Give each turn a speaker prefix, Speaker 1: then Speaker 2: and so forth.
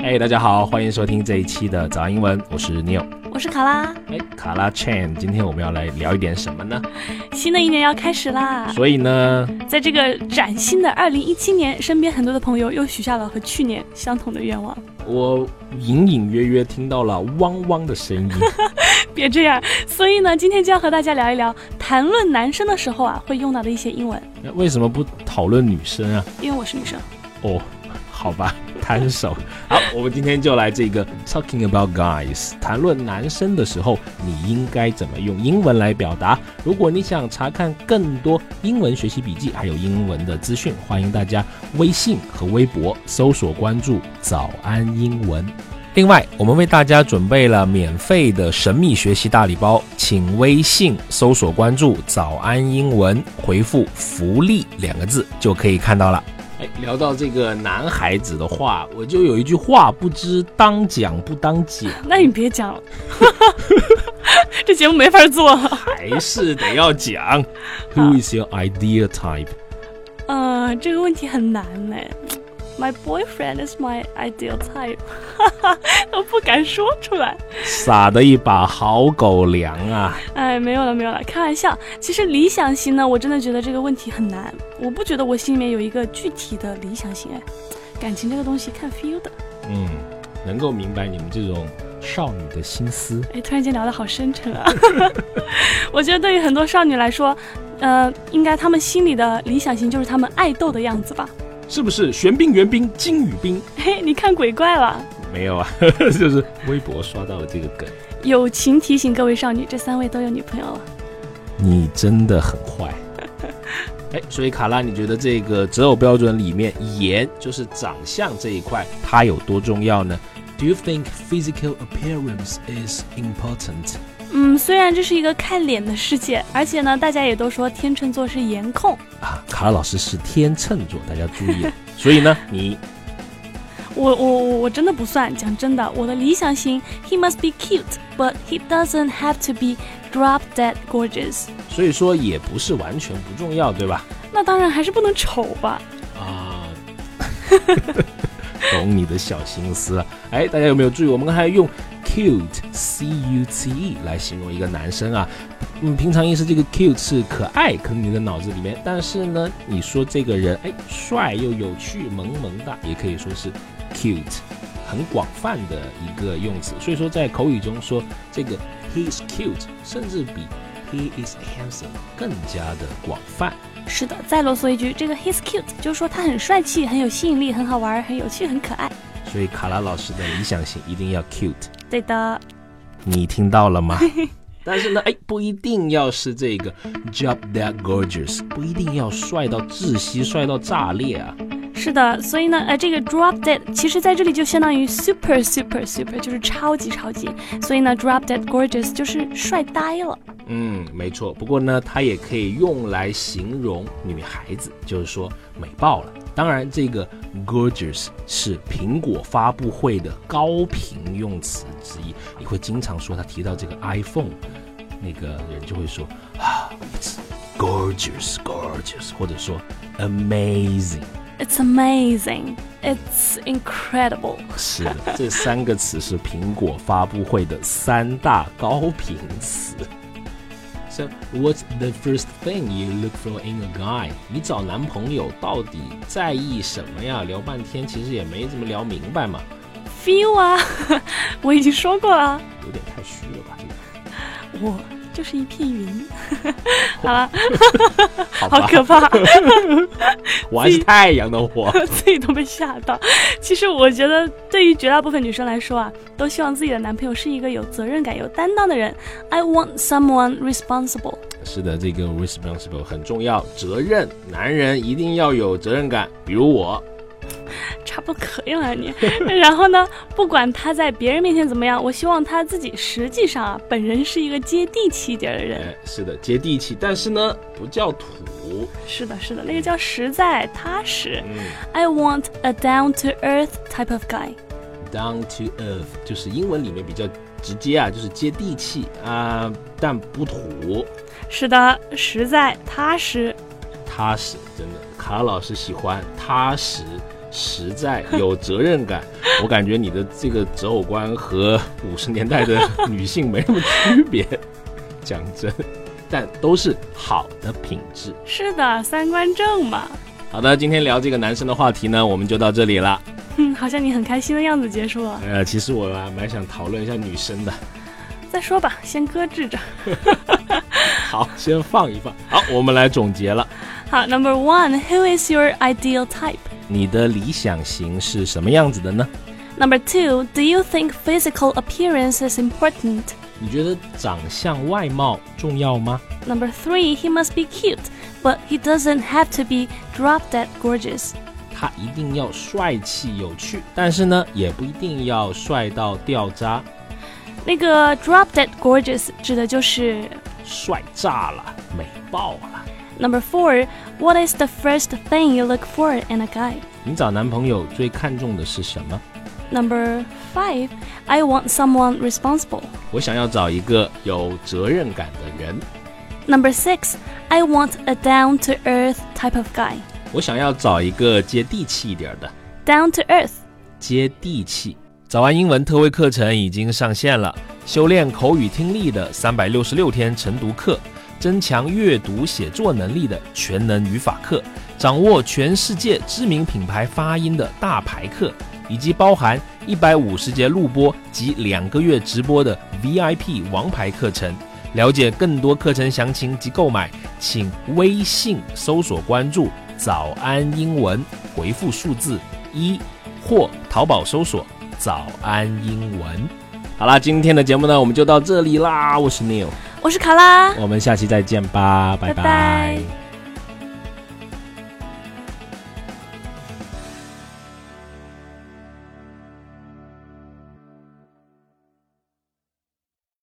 Speaker 1: 哎、大家好，欢迎收听这一期的早安英文，我是 Neil。
Speaker 2: 我是卡拉，
Speaker 1: 哎，卡拉 Chan，今天我们要来聊一点什么呢？
Speaker 2: 新的一年要开始啦！
Speaker 1: 所以呢，
Speaker 2: 在这个崭新的2017年，身边很多的朋友又许下了和去年相同的愿望。
Speaker 1: 我隐隐约约听到了汪汪的声音。
Speaker 2: 别这样，所以呢，今天就要和大家聊一聊谈论男生的时候啊，会用到的一些英文。
Speaker 1: 那为什么不讨论女生啊？
Speaker 2: 因为我是女生，
Speaker 1: 哦，好吧，摊手。好，我们今天就来这个 talking about guys，谈论男生的时候，你应该怎么用英文来表达？如果你想查看更多英文学习笔记，还有英文的资讯，欢迎大家微信和微博搜索关注“早安英文”。另外，我们为大家准备了免费的神秘学习大礼包，请微信搜索关注“早安英文”，回复“福利”两个字就可以看到了。哎，聊到这个男孩子的话，我就有一句话不知当讲不当讲，
Speaker 2: 那你别讲了， 这节目没法做了。
Speaker 1: 还是得要讲。Who is your ideal type？
Speaker 2: 嗯、这个问题很难哎。My boyfriend is my ideal type，我不敢说出来。
Speaker 1: 撒的一把好狗粮啊！
Speaker 2: 哎，没有了，没有了，开玩笑。其实理想型呢，我真的觉得这个问题很难。我不觉得我心里面有一个具体的理想型，哎，感情这个东西看 feel 的。
Speaker 1: 嗯，能够明白你们这种少女的心思。
Speaker 2: 哎，突然间聊得好深沉啊！ 我觉得对于很多少女来说，呃，应该她们心里的理想型就是她们爱豆的样子吧？
Speaker 1: 是不是玄彬、元彬、金宇彬？
Speaker 2: 嘿，你看鬼怪了。
Speaker 1: 没有啊， 就是微博刷到了这个梗。
Speaker 2: 友情提醒各位少女，这三位都有女朋友了。
Speaker 1: 你真的很坏。 哎，所以卡拉，你觉得这个择偶标准里面，颜就是长相这一块，它有多重要呢？Do you think physical appearance is important？
Speaker 2: 嗯，虽然这是一个看脸的世界，而且呢，大家也都说天秤座是颜控，
Speaker 1: 啊，卡拉老师是天秤座，大家注意 了。所以呢，你
Speaker 2: 我我我我真的不算，讲真的，我的理想型，he must be cute, but he doesn't have to be drop dead gorgeous。
Speaker 1: 所以说也不是完全不重要，对吧？
Speaker 2: 那当然还是不能丑吧？
Speaker 1: 啊，懂你的小心思了。哎，大家有没有注意？我们刚才用 cute c u t e 来形容一个男生啊。嗯，平常意思这个 cute 是可爱，可能你的脑子里面，但是呢，你说这个人哎帅又有趣，萌萌的，也可以说是 cute，很广泛的一个用词。所以说在口语中说这个 he is cute，甚至比 he is handsome 更加的广泛。
Speaker 2: 是的，再啰嗦一句，这个 he's cute 就是说他很帅气，很有吸引力，很好玩，很有趣，很可爱。
Speaker 1: 所以卡拉老师的理想型一定要 cute，
Speaker 2: 对的，
Speaker 1: 你听到了吗？ 但是呢，哎，不一定要是这个 drop that gorgeous，不一定要帅到窒息、帅到炸裂啊。
Speaker 2: 是的，所以呢，呃，这个 drop dead 其实在这里就相当于 super super super，就是超级超级。所以呢，drop dead gorgeous 就是帅呆了。
Speaker 1: 嗯，没错。不过呢，它也可以用来形容女孩子，就是说美爆了。当然，这个 gorgeous 是苹果发布会的高频用词之一。你会经常说他提到这个 iPhone，那个人就会说啊，it's gorgeous gorgeous，或者说 amazing。
Speaker 2: It's amazing, it's incredible。
Speaker 1: 是的， 这三个词是苹果发布会的三大高频词。So what's the first thing you look for in a guy？你找男朋友到底在意什么呀？聊半天其实也没怎么聊明白嘛，
Speaker 2: feel 啊， 我已经说过了，
Speaker 1: 有点太虚了吧？这个
Speaker 2: 我就是一片云。 好了，
Speaker 1: 好吧，
Speaker 2: 好可怕。
Speaker 1: 我还是太阳的火。
Speaker 2: 自己都被吓到。其实我觉得，对于绝大部分女生来说啊，都希望自己的男朋友是一个有责任感、有担当的人。I want someone responsible。
Speaker 1: 是的，这个 responsible 很重要，责任，男人一定要有责任感。比如我，
Speaker 2: 差不多可以了你。然后呢，不管他在别人面前怎么样，我希望他自己实际上啊，本人是一个接地气一点的人。
Speaker 1: 哎，是的，接地气，但是呢，不叫土。
Speaker 2: 是的，是的，那个叫实在踏实。
Speaker 1: 嗯
Speaker 2: I want a down to earth type of guy。
Speaker 1: ，down to earth 就是英文里面比较直接啊，就是接地气啊、但不土，
Speaker 2: 是的，实在踏实。
Speaker 1: 踏实，真的。卡老师喜欢踏实实在、有责任感。我感觉你的这个择偶观和五十年代的女性没什么区别，讲真，但都是好的品质。
Speaker 2: 是的，三观正嘛。
Speaker 1: 好的，今天聊这个男生的话题呢，我们就到这里了。
Speaker 2: 嗯， 好像你很开心的样子结束了。
Speaker 1: 呃，其实我啊蛮想讨论一下女生的。
Speaker 2: 再说吧，先搁置着。
Speaker 1: 好，先放一放。好，我们来总结了。
Speaker 2: 好，Number one，Who is your ideal type？
Speaker 1: 你的理想型是什么样子的呢？
Speaker 2: Number two, do you think physical appearance is important?
Speaker 1: 你觉得长相外貌重要吗？
Speaker 2: Number three, he must be cute, but he doesn't have to be drop dead gorgeous.
Speaker 1: 他一定要帅气有趣，但是呢，也不一定要帅到掉渣，
Speaker 2: 那个 drop dead gorgeous 指的就是
Speaker 1: 帅炸了，美爆了。
Speaker 2: Number four, what is the first thing you look for in a guy?
Speaker 1: 你找男朋友最看重的是什么？
Speaker 2: Number five, I want someone responsible.
Speaker 1: 我想要找一个有责任感的人，
Speaker 2: Number six, I want a down to earth type of guy.
Speaker 1: 我想要找一个接地气一点儿的，
Speaker 2: Down to earth.
Speaker 1: 接地气。早安英文特惠课程已经上线了，修炼口语听力的三百六十六天晨读课，增强阅读写作能力的全能语法课，掌握全世界知名品牌发音的大牌课，以及包含一百五十节录播及两个月直播的 VIP 王牌课程。了解更多课程详情及购买，请微信搜索关注“早安英文”，回复数字一，或淘宝搜索“早安英文”。好啦，今天的节目呢，我们就到这里啦。我是 Neil，
Speaker 2: 我是卡拉。
Speaker 1: 我们下期再见吧，拜
Speaker 2: 拜拜